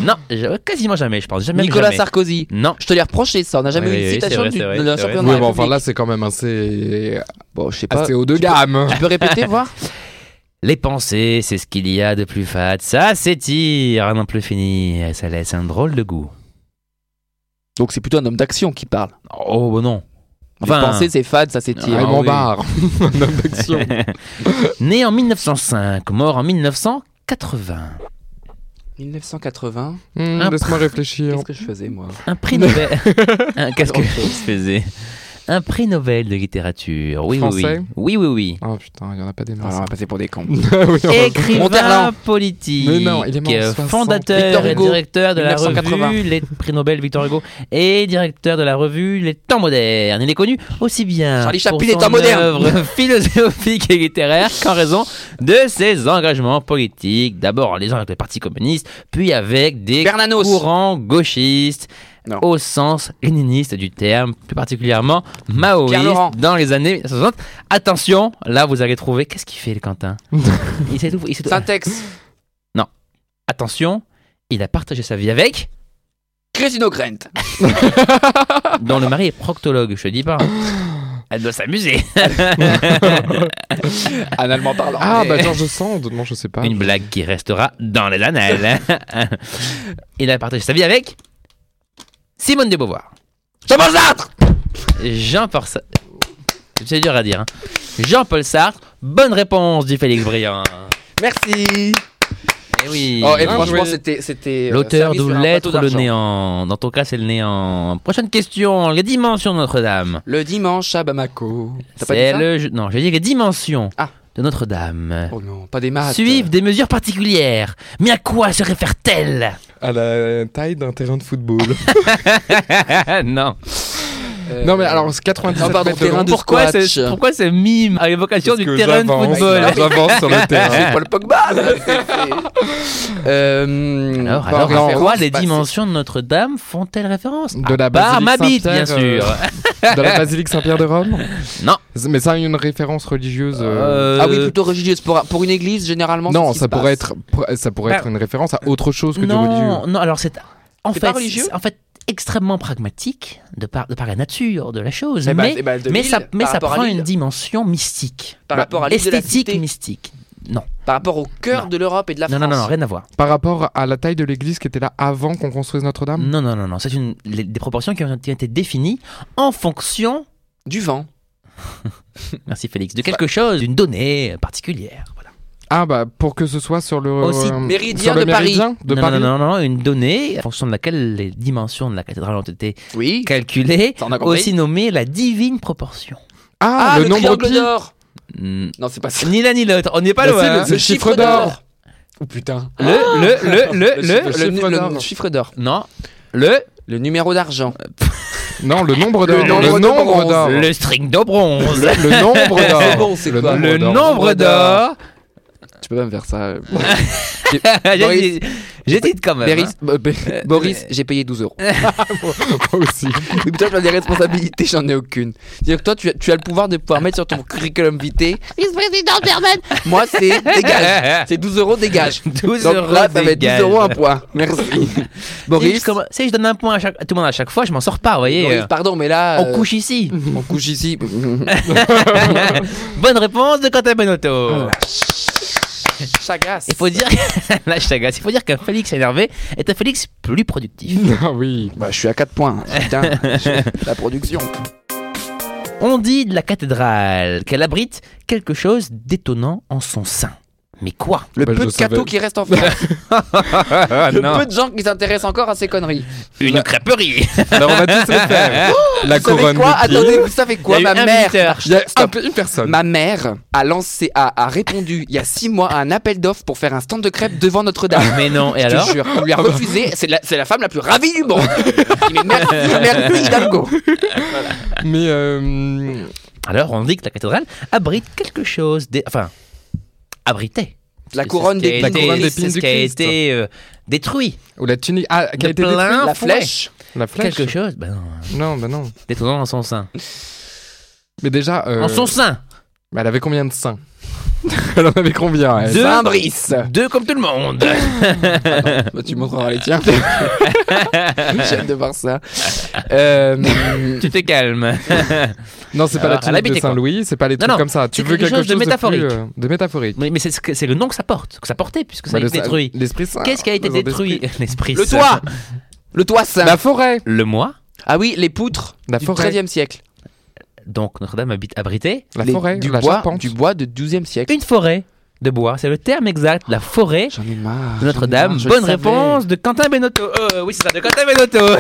S1: non, je- quasiment jamais, je pense. Jamais,
S3: Nicolas
S1: jamais.
S3: Sarkozy.
S1: Non.
S3: Je te l'ai reproché ça, on n'a jamais
S1: Oui,
S3: eu
S1: oui,
S3: une
S1: c'est
S3: citation
S1: vrai,
S3: du-
S1: c'est vrai,
S3: d'un
S1: c'est vrai.
S3: champion de
S2: Oui,
S3: la
S2: bon, enfin
S3: République.
S2: là, Ah, c'est quand même assez,
S3: Bon, je sais
S1: Ah.
S3: pas.
S2: assez haut de
S3: tu peux-
S2: gamme.
S3: Tu peux répéter, voir
S1: Les pensées, c'est ce qu'il y a de plus fade. Ça s'étire à n'en plus finir et ça laisse un drôle de goût.
S3: Donc c'est plutôt un homme d'action qui parle.
S1: Oh, bon, non.
S3: Les pensées, c'est fade, ça s'étire.
S1: Ah,
S2: Raymond
S1: oui.
S2: Barre. Un homme d'action.
S1: Né en 1905, mort en 1980.
S3: 1980,
S2: Hmm, Laisse-moi réfléchir.
S3: qu'est-ce que je faisais moi
S1: Un prix Nobel. Un- Qu'est-ce que je faisais Un prix Nobel de littérature. Oui, oui,
S2: Français
S1: oui. Oui, oui,
S2: Oh putain, il y en a pas des masses. Ah,
S3: Alors on va passer pour des cons.
S2: Oui, on
S1: oui.
S2: va-
S1: Écrivain
S3: Monterland.
S1: politique.
S2: Mais non, il est mort en
S1: euh,
S2: 60.
S1: Fondateur
S3: Victor
S1: et
S3: Hugo,
S1: directeur de la
S3: 1980.
S1: revue Les Prix Nobel Victor Hugo et directeur de la revue Les Temps Modernes. Il est connu aussi bien
S3: Charlie
S1: pour
S3: Chaplin, Les
S1: son
S3: Temps Modernes.
S1: œuvre philosophique et littéraire qu'en raison de ses engagements politiques. D'abord en liaison avec le Parti communiste, puis avec des
S3: Bernanos.
S1: courants gauchistes
S3: Non.
S1: au sens léniniste du terme, plus particulièrement maoïste
S3: Pierre Laurent.
S1: dans les années 60. Attention, là vous allez trouver qu'est-ce qu'il fait le Quentin Il sait tout, il sait tout.
S3: Syntaxe.
S1: Attention, il a partagé sa vie avec
S3: Christine O'Krent.
S1: dont le mari est proctologue, je te dis pas. Elle doit s'amuser.
S3: En allemand parlant.
S2: Ah bah George Sand. Non, je sais pas.
S1: Une blague qui restera dans les annales. Il a partagé sa vie avec Simone de Beauvoir.
S3: Jean-Paul Sartre
S1: Jean-Paul Sartre. C'est dur à dire. hein. Jean-Paul Sartre, bonne réponse du Félix Briand.
S3: Merci.
S1: Eh oui.
S3: Oh, et
S2: Bien
S3: franchement,
S2: joué.
S3: c'était- c'était. euh,
S1: L'auteur
S3: servi
S1: d'où
S3: sur un
S1: l'être
S3: plateau
S1: le
S3: d'argent.
S1: néant. Dans ton cas, c'est le néant. Prochaine question, les dimensions de Notre-Dame.
S3: Le dimanche à Bamako. T'as pas dit
S1: C'est
S3: ça
S1: le. jeu- Non, j'ai dit les dimensions
S3: Ah.
S1: de Notre-Dame.
S3: Oh non, pas des maths.
S1: Suivent des mesures particulières. Mais à quoi se réfère-t-elle
S2: À la taille d'un terrain de football.
S1: Non.
S3: Euh,
S2: non mais alors, c'est 97
S3: Non, pardon,
S2: mètres de
S3: terrain
S2: long.
S3: de
S1: Pourquoi
S3: squash.
S1: ce, pourquoi ce mime à l'évocation
S2: Parce
S1: du
S2: que
S1: terrain de
S2: j'avance.
S1: football
S2: Alors, J'avance sur le terrain.
S3: C'est pas le Pogba ça, c'est- c'est- Euh,
S1: Alors,
S3: par
S1: alors à
S3: référence, Ah,
S1: quoi les
S3: bah, c'est-
S1: dimensions de Notre-Dame font-elles référence
S2: De
S1: À
S2: la
S3: bah,
S1: part
S2: basilique
S1: ma bite, Ah, bah, bien
S2: Saint-Pierre, euh,
S1: sûr.
S3: euh,
S2: De la basilique Saint-Pierre de Rome
S1: Non.
S2: Mais ça a une référence religieuse. euh,
S1: Euh,
S3: Ah oui, plutôt religieuse. Pour, pour une église, généralement.
S2: non,
S3: c'est ce qui
S2: ça
S3: se
S2: pourrait,
S3: passe.
S2: être, ça pourrait
S1: Bah,
S2: être une référence à autre chose que du religieux.
S1: non, non, alors c'est en
S3: C'est
S1: fait,
S3: pas religieux
S1: c'est- en fait extrêmement pragmatique de par, de par la nature de la chose,
S3: Eh ben,
S1: mais,
S3: eh ben,
S1: mais
S3: 2000,
S1: ça, mais
S3: par
S1: ça
S3: rapport à
S1: prend
S3: Lille.
S1: une dimension mystique,
S3: Par rapport à l'île de la
S1: esthétique
S3: Cité.
S1: mystique. Non,
S3: par rapport au cœur
S1: Non.
S3: de l'Europe et de la
S1: Non,
S3: France.
S1: non, non, rien à voir.
S2: Par rapport à la taille de l'église qui était là avant qu'on construise Notre-Dame
S1: Non, non, non, non. C'est une, les- des proportions qui ont qui ont été définies en fonction,
S3: Du vent.
S1: merci Félix, de quelque chose, d'une donnée particulière. Voilà.
S2: Ah bah pour que ce soit sur le euh,
S1: Aussi,
S3: méridien
S2: sur le
S3: de Paris.
S2: méridien de
S1: non,
S2: Paris.
S1: non, non, non, non, une donnée en fonction de laquelle les dimensions de la cathédrale ont été
S3: Oui.
S1: calculées,
S3: Ça, on a compris.
S1: aussi nommée la divine proportion.
S2: Ah,
S3: Ah,
S2: le,
S3: le,
S2: nombre
S3: triangle
S2: pi.
S3: d'or. Ah,
S1: Hmm,
S3: Non, c'est pas ça.
S1: Ni l'un ni l'autre, on n'est pas
S2: Bah,
S1: loin.
S2: c'est le-
S1: hein.
S2: c'est- chiffre d'or.
S3: Oh putain.
S1: Le, le, le, le, le,
S2: chiffre-
S3: le,
S2: chiffre
S3: le-
S2: d'or.
S3: le chiffre d'or. Euh,
S1: non, le,
S3: Le numéro d'argent.
S2: Non, le nombre d'or.
S3: Le nombre
S2: Le
S3: de
S2: nombre
S3: bronze.
S2: d'or. Le
S1: le string de bronze,
S2: nombre d'or.
S3: C'est bon, c'est
S2: Le
S3: quoi
S1: le
S2: d'or.
S1: nombre d'or.
S3: Tu peux pas me faire ça. euh,
S1: J'ai- J'hésite quand même.
S3: Boris, Bo- Bo- Boris, j'ai payé 12 euros.
S2: Moi aussi.
S3: Mais putain, j'ai des responsabilités, j'en ai aucune. C'est-à-dire que toi, tu as, tu as le pouvoir de pouvoir mettre sur ton curriculum vitae vice-président Berman. Moi, c'est dégage.
S1: hein.
S3: C'est 12 euros, dégage.
S1: 12
S3: Donc
S1: euros.
S3: là, ça va être 12
S1: dégage.
S3: euros un point. Merci.
S1: Si je,
S3: Boris,
S1: commence- si je donne un point à, chaque- à tout le monde à chaque fois, je m'en sors pas, vous voyez.
S3: Boris, pardon, mais là.
S1: on
S3: euh,
S1: couche ici.
S3: On couche ici.
S1: Bonne réponse de Quentin Benotto.
S3: Chagasse.
S1: Il faut dire, là je t'agace, il faut dire qu'un Félix énervé est un Félix plus productif.
S2: Ah oui.
S3: Bah, je suis à 4 points. Putain, la production.
S1: On dit de la cathédrale qu'elle abrite quelque chose d'étonnant en son sein. Mais quoi
S3: Le
S2: Bah, je
S3: peu de
S2: le savais.
S3: cathos qui reste en France. le peu de gens qui s'intéressent encore à ces conneries.
S1: Une crêperie
S2: Alors on a tous les faire. La
S3: vous savez
S2: couronne.
S3: quoi
S2: de pi.
S3: Attendez, vous savez quoi
S1: Il y a
S3: Ma
S1: eu un
S3: mère,
S1: visiteur.
S2: Il y a un
S3: Stop.
S2: peu- une personne.
S3: ma mère a lancé, a, a répondu il y a 6 mois à un appel d'offres pour faire un stand de crêpes devant Notre-Dame.
S1: Ah, Mais non, et
S3: Je
S1: alors Ah
S3: te jure, on lui a refusé. C'est la, c'est la femme la plus ravie du monde. Il dit, merci, merci Hidalgo.
S2: Mais euh,
S1: Alors on dit que la cathédrale abrite quelque chose d'é- Enfin, abritait.
S3: La
S1: C'est
S3: couronne
S1: ce qui a
S3: des
S2: La
S1: été-
S2: couronne
S1: c'est
S2: d'épines
S1: ce
S2: du
S1: qui a
S2: Christ.
S1: été euh, détruit.
S2: ou la tunique. Ah, qui a
S1: De
S2: été
S1: plein
S2: détruite.
S3: La
S1: fouet.
S3: flèche.
S2: La flèche.
S1: Quelque chose ben non,
S2: Non, bah non.
S1: D'étonnant en son sein.
S2: Mais déjà. euh,
S1: En son sein
S2: bah, elle avait combien de seins Elle en avait combien elle
S1: Deux.
S3: Saint-Brice.
S1: Deux comme tout le monde
S3: Bah, tu montreras les tiens. J'ai hâte de voir ça. Euh,
S1: Tu te calmes
S2: Non, c'est pas
S1: Alors,
S2: la
S1: elle
S2: tunique
S1: habitait
S2: de
S1: quoi
S2: Saint-Louis. C'est pas les
S1: Non,
S2: trucs
S1: non,
S2: comme ça. Tu
S1: c'est
S2: veux
S1: quelque
S2: quelque
S1: chose
S2: chose
S1: de
S2: plus,
S1: métaphorique.
S2: euh, de métaphorique.
S1: Mais, mais c'est ce que- c'est le nom que ça porte, que ça portait, puisque ça
S2: Bah,
S1: a
S2: le
S1: été
S2: Saint-
S1: détruit.
S2: L'esprit saint.
S1: Qu'est-ce qui a été
S2: Dans l'esprit-
S1: détruit L'esprit
S3: le
S1: saint.
S3: toit. Le toit saint.
S2: La forêt.
S1: Le mois
S3: Ah oui, les poutres
S2: La
S3: du
S2: forêt.
S3: 13e siècle.
S1: donc Notre-Dame habite abritée,
S2: La
S3: Les-
S2: forêt.
S3: du
S2: la
S3: bois,
S2: charpente.
S3: du bois de 12e siècle.
S1: une forêt de bois, c'est le terme exact, la forêt
S3: J'en ai marre.
S1: de
S3: j'en ai
S1: Notre-Dame.
S3: marre, je
S1: Bonne
S3: le savais.
S1: réponse de Quentin Benotto. Euh, oui, c'est ça, de Quentin Benotto.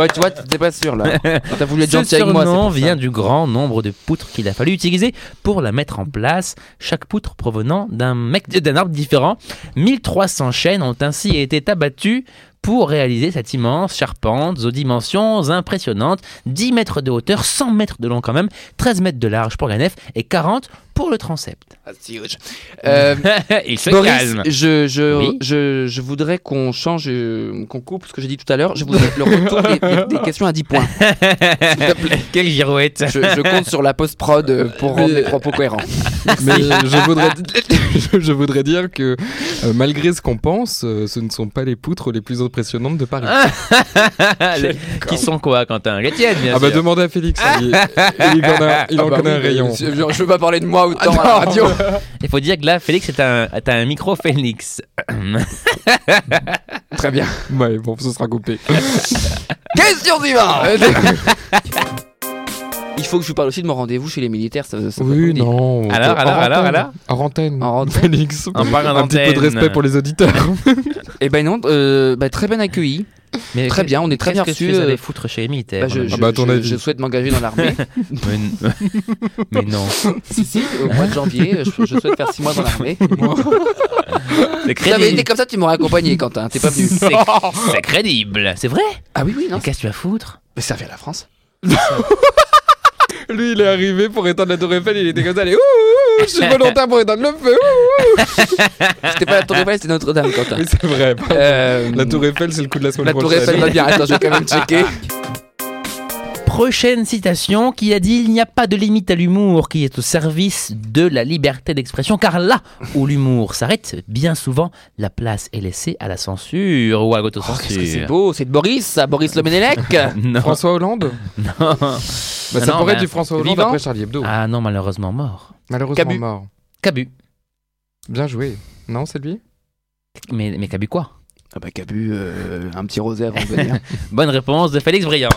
S3: Ouais, tu vois, t'étais pas sûr là. T'as voulu être
S1: Ce
S3: gentil avec moi. c'est
S1: surnom
S3: pour ça.
S1: vient du grand nombre de poutres qu'il a fallu utiliser pour la mettre en place, chaque poutre provenant d'un mec d'un arbre différent. 1300 chaînes ont ainsi été abattues pour réaliser cette immense charpente aux dimensions impressionnantes, 10 mètres de hauteur, 100 mètres de long quand même, 13 mètres de large pour la nef et 40 pour le transept.
S3: Ah, c'est huge. Euh,
S1: Il se
S3: Boris, euh,
S1: calme.
S3: je, je,
S1: Oui.
S3: je, je voudrais qu'on change, euh, qu'on coupe ce que j'ai dit tout à l'heure. Je voudrais le retour des, des- des questions à 10 points.
S1: Quelle girouette.
S3: Je, je compte sur la post-prod euh, pour rendre mes propos cohérents.
S2: Mais je voudrais, di- je voudrais dire que euh, malgré ce qu'on pense, euh, ce ne sont pas les poutres les plus impressionnantes de Paris. Ah,
S1: Les- Qui sont quoi, Quentin Les tiennes, bien
S2: bah
S1: sûr.
S2: demandez à Félix, il, il en, a- il en
S3: Ah bah
S2: connaît
S3: oui,
S2: un rayon. Ah
S3: Je, je veux pas parler de moi autant à la radio.
S1: Il faut dire que là, Félix est un, est un micro Félix.
S3: Très bien.
S2: Ouais, bon, ce sera coupé.
S3: Question
S2: Ah.
S3: suivante. Euh, Il faut que je vous parle aussi de mon rendez-vous chez les militaires. Ça, ça- ça-
S2: Oui,
S3: on dit.
S2: non. on
S1: Alors,
S2: peut-
S1: alors,
S2: hors
S1: alors,
S2: antenne.
S1: alors
S2: Hors antenne.
S3: En rentrée.
S2: Félix.
S1: En parlant
S2: Un petit peu de
S1: d'antenne.
S2: respect pour les auditeurs.
S3: Eh ben non, euh, bah, très bien accueilli.
S1: Mais
S3: Très
S1: que-
S3: bien, on est très bien
S1: Qu'est-ce que
S3: reçus,
S1: tu les
S3: euh,
S1: allais foutre chez les militaires
S3: Bah, je, je-
S2: Ah bah, à ton
S3: je-
S2: avis.
S3: je souhaite m'engager dans l'armée.
S1: Mais, mais non.
S3: si, si, au mois de janvier, je, je souhaite faire 6 mois dans l'armée.
S1: C'est
S3: Si t'avais été
S1: crédible.
S3: comme ça, tu m'aurais accompagné, Quentin. T'es pas venu.
S1: C'est- C'est crédible. C'est vrai
S3: Ah oui, oui, non.
S1: Mais Qu'est-ce que tu vas foutre
S3: Mais ça fait la France.
S2: Lui, il est arrivé pour éteindre la tour Eiffel, il était comme ça, allez, ouh, ouh, ouh, je suis volontaire pour éteindre le feu. ouh.
S3: C'était pas la Tour Eiffel, c'était Notre-Dame, Quentin.
S2: Oui, c'est vrai.
S3: Euh,
S2: La tour Eiffel, c'est le coup de la semaine
S3: la Tour
S2: prochaine.
S3: Eiffel va bien. Attends, Ah, je vais quand même checker.
S1: Prochaine citation qui a dit Il n'y a pas de limite à l'humour qui est au service de la liberté d'expression, car là où l'humour s'arrête, bien souvent, la place est laissée à la censure ou à
S3: Oh, qu'est-ce que c'est
S1: l'autocensure.
S3: beau, c'est de Boris, ça, Boris Le Ménélec.
S1: non.
S2: François Hollande
S1: non.
S2: Bah, Ça
S1: Non, Ah
S2: pourrait
S1: bah,
S2: être du François Hollande
S3: vivant.
S2: après Charlie Hebdo.
S1: Ah non, malheureusement mort.
S2: Malheureusement
S3: Cabu.
S2: mort.
S1: Cabu.
S2: Bien joué. Non, c'est lui
S1: Mais, mais Cabu quoi
S3: Ah bah qu'a bu euh, un petit rosé avant de venir.
S1: Bonne réponse de Félix Briand.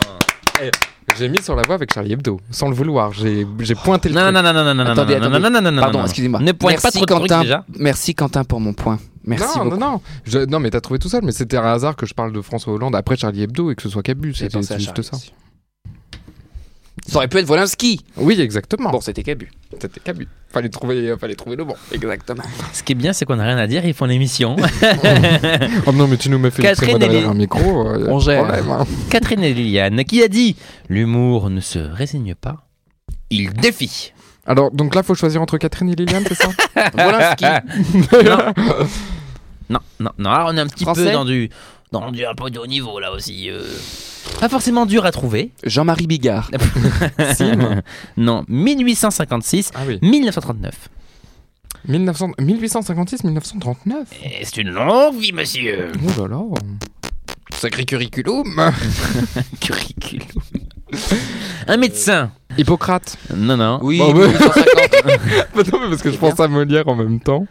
S2: J'ai mis sur la voie avec Charlie Hebdo, sans le vouloir. J'ai j'ai pointé le
S1: Non,
S2: truc.
S1: non, non, non, non, non, non,
S3: Attendez,
S1: non,
S3: attendez.
S1: non, non, non, non,
S3: Pardon,
S1: non.
S3: excusez-moi.
S1: Ne pointe pas
S3: Merci,
S1: trop de trucs
S3: Quentin.
S1: déjà.
S3: Merci Quentin pour mon point. Merci
S2: non,
S3: beaucoup.
S2: non, non. Je- non, mais t'as trouvé tout seul, mais c'était un hasard que je parle de François Hollande après Charlie Hebdo et que ce soit Cabu,
S3: J'ai
S2: c'est
S3: pensé
S2: c'est
S3: à
S2: juste
S3: Eh ben, Charlie
S2: ça.
S3: aussi. Ça aurait pu être Wolinski.
S2: Oui, exactement.
S3: Bon, c'était Cabu.
S2: c'était Cabu. Fallait trouver, fallait trouver le bon.
S3: Exactement.
S1: Ce qui est bien, c'est qu'on n'a rien à dire, ils font l'émission.
S2: Oh non, mais tu nous mets fait
S1: Catherine
S2: exprès, moi, derrière
S1: Ellie.
S2: un micro. euh, y a
S3: On
S2: pas de
S3: gère.
S2: problème, hein.
S1: Catherine et Liliane qui a dit L'humour ne se résigne pas, il défie.
S2: Alors, donc là, faut choisir entre Catherine et Liliane, c'est ça
S3: Wolinski.
S1: non. non, non, non. Alors, on est un petit peu
S3: Français
S1: dans du, dans du un peu de haut niveau là aussi. euh. Pas forcément dur à trouver.
S3: Jean-Marie Bigard.
S2: Sim.
S1: non, 1856.
S2: Ah oui.
S1: 1939.
S2: 1900 1856, 1939.
S1: Et C'est une longue vie, monsieur.
S2: Oh là là. Sacré curriculum.
S1: Curriculum. Un médecin.
S2: Hippocrate.
S1: Non, non.
S3: Oui.
S2: Bon, bah.
S3: 1850.
S2: Bah non, mais parce que je
S3: C'est bien.
S2: pense à Molière en même temps.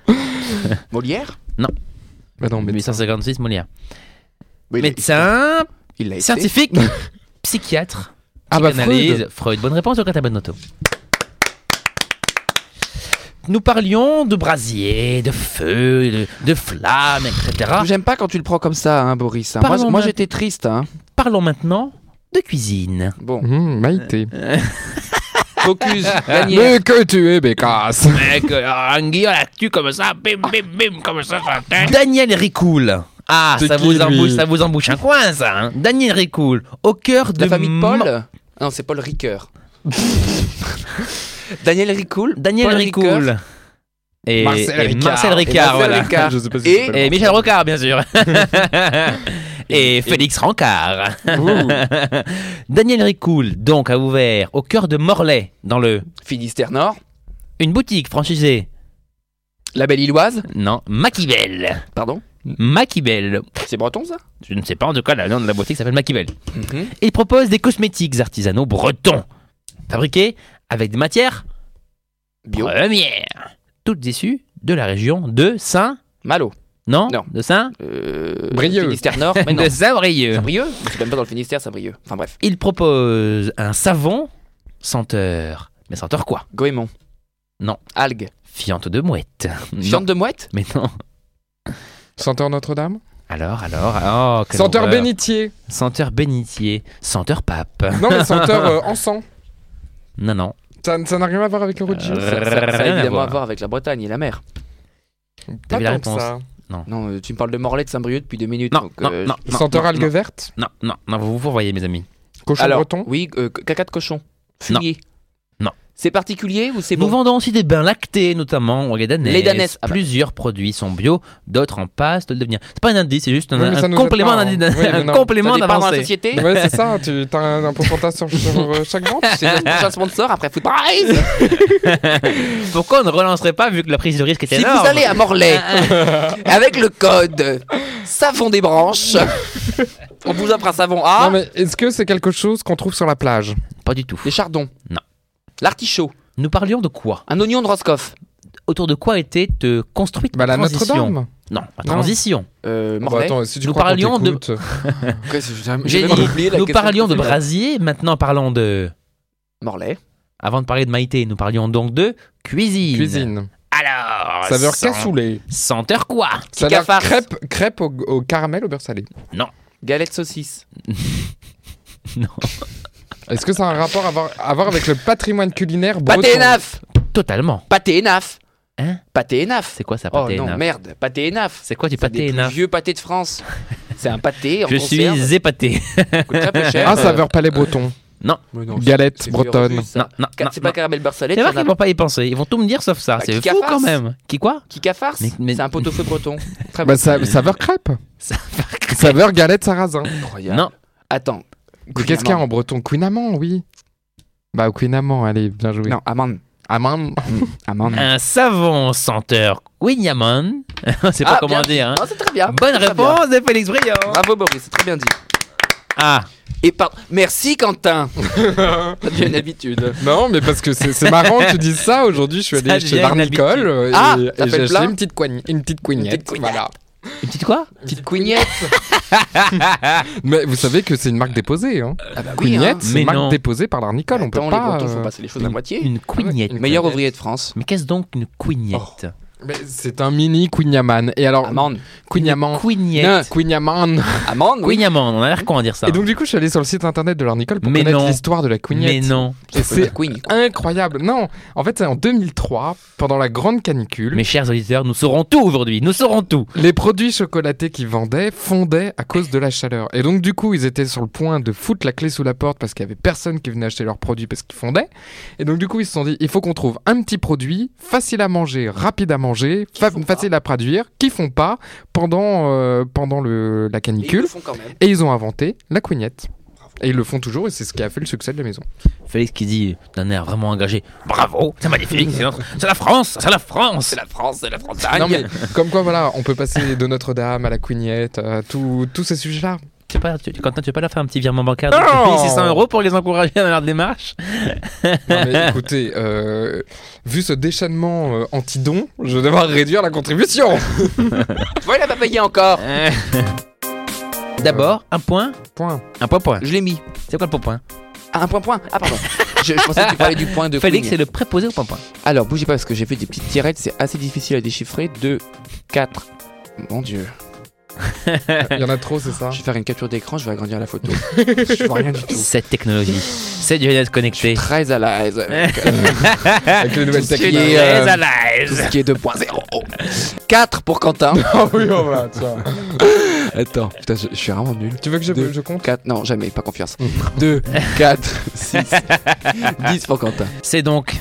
S3: Molière.
S2: Bah non, mais
S1: 1856, Molière.
S3: Oui, il-
S1: médecin,
S3: Il l'a été.
S1: scientifique, psychiatre.
S2: Ah bah
S1: psychanalyse.
S2: Freud.
S1: Bonne réponse au Catabon Auto. Nous parlions de brasier, de feu, de, de flammes, etc.
S3: J'aime pas quand tu le prends comme ça, hein, Boris. hein. Moi,
S1: Parlons
S3: moi,
S1: d'un-
S3: j'étais triste. Hein.
S1: Parlons maintenant de cuisine.
S3: Bon.
S2: Hum, Maïté.
S1: Euh,
S3: Focus. Daniel.
S2: Mais que tu es bécasse.
S1: Mec, euh, Anguille, la tue comme ça, bim, bim, bim, comme ça, Daniel Ricoul. Ah,
S2: C'est
S1: ça
S2: qui,
S1: vous, embouche,
S2: lui
S1: ça vous embouche un coin, ça. hein. Daniel Ricoul, au cœur de...
S3: La famille de Paul.
S1: Ma-
S3: Non, c'est Paul Ricoeur. Daniel Ricoul.
S1: Daniel
S3: Paul
S1: Ricoul. Et
S2: Marcel
S1: et
S2: Ricard.
S1: Marcel
S2: Et
S1: Ricard, voilà.
S3: Marcel Ricard.
S2: Ah, Je sais pas si
S3: Et-
S2: c'est pas le
S1: Et Michel Rocard, bien sûr. et, Félix Rancard.
S2: Ouh.
S1: Daniel Ricoul, donc, a ouvert au cœur de Morlaix, dans le.
S3: Finistère Nord.
S1: Une boutique franchisée.
S3: La Belle Illoise.
S1: Non, Maquibel.
S3: Pardon.
S1: Maquibel.
S3: C'est breton, ça
S1: Je ne sais pas, en tout cas, le nom de la boutique s'appelle Maquibel. Il propose des cosmétiques artisanaux bretons, fabriqués avec des matières
S3: Bio.
S1: premières, toutes issues de la région de Saint.
S3: Malo.
S1: Non,
S3: Non.
S1: De Saint
S3: Euh,
S2: Brieuc.
S3: Finistère Nord. Mais non.
S1: De Saint-Brieuc.
S3: Saint-Brieuc C'est même pas dans le Finistère, Saint-Brieuc. Enfin bref.
S1: Il propose un savon senteur. Mais senteur quoi
S3: Goémon.
S1: Non.
S3: Algues.
S1: Fiente de mouette. Non,
S3: Fiente de mouette
S1: mais non.
S2: Senteur Notre-Dame.
S1: Alors, alors, oh, quelle
S2: Senteur
S1: horreur.
S2: Bénitier.
S1: Senteur bénitier. Senteur pape.
S2: Non, mais senteur euh, encens.
S1: Non, non.
S2: Ça ça n'a rien à voir avec le rouge.
S1: Euh,
S3: Ça, ça
S1: Rien
S3: a
S1: à
S3: évidemment
S1: voir.
S3: à voir avec la Bretagne et la mer.
S2: Pas
S1: t'avais la
S2: tant que
S1: réponse.
S2: ça.
S3: Non, euh, tu me parles de Morlaix de Saint-Brieuc depuis deux minutes.
S1: Non,
S3: donc,
S1: non,
S3: euh,
S1: non, non.
S2: Senteur
S1: non,
S2: algue verte.
S1: Non, non, non, vous vous fourvoyez, mes amis.
S2: Cochon
S3: Alors,
S2: breton.
S3: oui, euh, caca de cochon. Fumier.
S1: Non.
S3: C'est particulier ou c'est
S1: Nous
S3: bon
S1: vendons aussi des bains lactés, notamment aux Lédanaises.
S3: Les Danaises, ah bah.
S1: Plusieurs produits sont bio, d'autres en passe de le devenir. C'est pas un indice, c'est juste un,
S2: Oui, mais ça
S1: un
S2: nous aide
S1: complément
S2: pas, hein.
S1: d'indice-
S2: Oui, mais
S1: un
S2: non.
S1: complément
S3: Ça dépend dans la
S1: d'avancée.
S3: société
S2: Ouais, c'est ça. Tu as un, un pourcentage sur, sur, euh, chaque vente.
S3: C'est notre prochain sponsor après Ah, Food Prize
S1: Pourquoi on ne relancerait pas vu que la prise de risque était
S3: Si vous
S1: énorme
S3: allez à Morlaix
S1: Ah,
S3: avec le code savon des branches, on vous offre un savon
S2: Non,
S3: à
S2: mais est-ce que c'est quelque chose qu'on trouve sur la plage
S1: Pas du tout.
S3: les chardons.
S1: Non.
S3: L'artichaut,
S1: Nous parlions de quoi
S3: un oignon de Roscoff.
S1: Autour de quoi était euh, construite
S2: Bah,
S1: la
S2: la
S1: transition
S2: Notre-Dame.
S1: Non, la transition.
S3: Euh,
S2: Bah,
S3: Morlaix.
S2: attends, si tu
S1: Nous
S2: crois qu'on
S1: parlions de-
S2: t'écoute,
S3: Ouais, c'est- j'ai- j'ai
S1: J'ai
S3: même
S1: dit,
S3: oublié la
S1: nous
S3: question
S1: parlions de
S3: précédente.
S1: brasier, maintenant parlons de...
S3: Morlaix.
S1: Avant de parler de Maïté, nous parlions donc de cuisine. Ah,
S2: Cuisine.
S1: Alors,
S2: Saveur
S1: sen-
S2: cassoulet.
S1: Senteur quoi
S2: Saveur
S3: farce.
S2: crêpe, crêpe au, au caramel au beurre salé.
S3: Galette saucisse.
S1: Non,
S2: Est-ce que ça a un rapport à voir, à voir avec le patrimoine culinaire breton
S3: Pâté Enaf
S1: totalement.
S3: Pâté Enaf
S1: Hein
S3: Pâté Enaf
S1: C'est quoi ça,
S3: Oh
S1: pâté
S3: non,
S1: Hénin
S3: merde, pâté Enaf
S1: C'est quoi du
S3: C'est un des
S1: pâté
S3: plus
S1: Hénin
S3: vieux pâté de France. C'est un pâté en
S1: Je
S3: conserve.
S1: suis épaté.
S3: Ça coûte très peu cher.
S2: Ah, saveur palais breton.
S3: Mais non,
S2: Galette
S3: Euh, c'est- c'est
S2: bretonne.
S3: vieux, ça.
S1: Non, non,
S3: Ca-
S1: non,
S3: C'est
S1: non.
S3: pas caramel beurre salé,
S1: C'est
S3: c'est
S1: vrai qu'ils
S3: un
S1: vont pas y penser. Ils vont tout me dire sauf ça.
S3: Bah,
S1: C'est
S3: qui
S1: fou
S3: cafarce.
S1: quand même. Qui quoi
S3: qui cafarce.
S1: Mais- mais-
S3: C'est un pot-au-feu breton. Très
S2: Bah,
S3: bon.
S2: sa- saveur crêpe.
S1: Saveur
S2: saveur galette sarrasin.
S3: Incroyable.
S1: Non,
S3: Attends.
S2: Mais Qu'est-ce qu'il y a en breton Queen amand, oui. Bah, Queen amand, allez, bien joué.
S3: Non, amande.
S2: Amand.
S3: Amande.
S1: un savon senteur Quiniamon. C'est pas
S3: Ah,
S1: comment
S3: bien.
S1: dire. hein.
S3: Non, c'est très bien. Ah.
S1: Bonne
S3: Très bien.
S1: réponse de Félix Briand.
S3: Bravo Boris, c'est très bien dit.
S1: Ah,
S3: Et par... Merci Quentin Ça devient une habitude.
S2: Euh, Non, mais parce que c'est c'est marrant que tu dises ça. Aujourd'hui, je suis
S1: Ça
S2: allé
S1: devient
S2: chez
S1: une
S2: Barnicole
S1: habitude.
S2: euh, et,
S3: Ah,
S2: et
S3: t'as fait
S2: j'ai
S3: le
S2: acheté
S3: plat
S2: une petite, coigne- une petite couignette.
S3: Une petite couignette.
S2: Voilà.
S1: une petite quoi
S3: Petite couignette.
S2: Mais vous savez que c'est une marque déposée. Hein.
S3: Ah bah oui, hein.
S2: Couignette, c'est
S1: Mais
S2: une
S1: non.
S2: marque déposée par Barnicole. On peut
S3: Attends,
S2: pas.
S3: les Bretons
S2: euh,
S3: font passer les choses à moitié.
S1: Une couignette.
S3: Meilleur ouvrier de France.
S1: Mais qu'est-ce donc une couignette
S3: Oh.
S2: mais C'est un mini Quignaman. Et alors,
S3: Amande.
S2: Quignaman. Non,
S1: Couignette.
S2: Quignaman.
S3: Amande, oui.
S1: Couignamande, on a l'air con à dire ça.
S2: Et donc, du coup, je suis allé sur le site internet de Barnicole pour
S1: Mais non.
S2: connaître l'histoire de la
S1: Mais
S2: couignette.
S1: non.
S2: Et
S3: C'est
S2: c'est
S3: Queen.
S2: incroyable. Non, en fait, c'est en 2003, pendant la grande canicule.
S1: Mes chers auditeurs, nous saurons tout aujourd'hui. Nous saurons tout.
S2: Les produits chocolatés qu'ils vendaient fondaient à cause de la chaleur. Et donc, du coup, ils étaient sur le point de foutre la clé sous la porte parce qu'il y avait personne qui venait acheter leurs produits parce qu'ils fondaient. Et donc, du coup, ils se sont dit, il faut qu'on trouve un petit produit facile à manger, rapide à manger, fa-
S3: font pas.
S2: facile à produire, qui font pas pendant, euh, pendant le, la
S3: Et Ils
S2: canicule.
S3: le font quand même.
S2: Et ils ont inventé la couignette. Et ils le font toujours et c'est ce qui a fait le succès de la maison.
S1: Félix qui dit d'un air vraiment engagé Bravo, c'est magnifique, c'est notre- c'est la France, c'est la France.
S3: C'est la France, c'est la Bretagne.
S2: Non mais comme quoi voilà, on peut passer de Notre-Dame à la couignette, à tout- tous ces sujets-là.
S1: Tu veux pas, tu, Quentin, tu veux pas leur faire un petit virement bancaire de
S2: Non.
S1: 600 euros pour les encourager dans leur démarche
S2: Non, mais écoutez, euh, vu ce déchaînement euh, anti-don, je vais devoir réduire la contribution.
S3: Voilà, pas payé encore.
S1: D'abord, un point,
S2: Point.
S1: un point point.
S3: Je l'ai mis.
S1: C'est quoi le point point
S3: Ah, un point point. Ah, pardon. je, je pensais que tu parlais du point de
S1: Félix, c'est
S3: Queen.
S1: le préposé au point point.
S3: Alors, bougez pas parce que j'ai fait des petites tirettes. C'est assez difficile à déchiffrer. 2, 4. Mon dieu.
S2: Il y en a trop, c'est ça
S3: Je vais faire une capture d'écran. Je vais agrandir la photo. je vois rien du tout.
S1: Cette technologie, cette jeunesse connectée.
S3: Très à l'aise.
S2: Avec les nouvelles
S3: Tout ce qui
S2: techniques.
S3: est, euh,
S1: Très à
S3: Tout
S1: l'aise.
S3: ce qui est 2.0. 4 pour Quentin.
S2: Ah oui, oh, voilà, tiens.
S3: Attends, putain, je, je suis vraiment nul. Mm.
S2: Tu veux que je,
S3: Deux.
S2: je compte
S3: 4, non, jamais, pas confiance. 2, 4, 6, 10 pour Quentin.
S1: C'est donc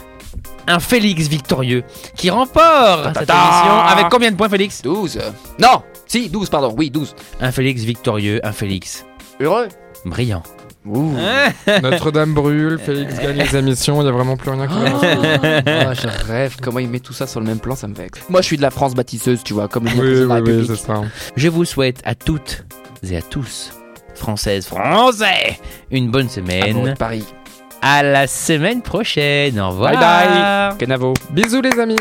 S1: un Félix victorieux qui remporte cette émission avec combien de points Félix
S3: 12. Non, si, 12, pardon, oui, 12.
S1: Un Félix victorieux, un Félix
S3: Heureux.
S1: brillant.
S3: Ouh.
S2: Notre-Dame brûle, Félix gagne les émissions, il y a vraiment plus rien qui va.
S3: Ah, je rêve, comment il met tout ça sur le même plan, ça me vexe. Moi, je suis de la France bâtisseuse, tu vois, comme le
S2: Oui,
S3: président de la
S2: oui, oui,
S3: République.
S2: c'est ça.
S1: Je vous souhaite à toutes et à tous, Françaises, Français, une bonne
S3: Ah bon,
S1: semaine.
S3: Paris.
S1: À la semaine prochaine. Au revoir.
S3: Bye bye. Canavo.
S2: Bisous les amis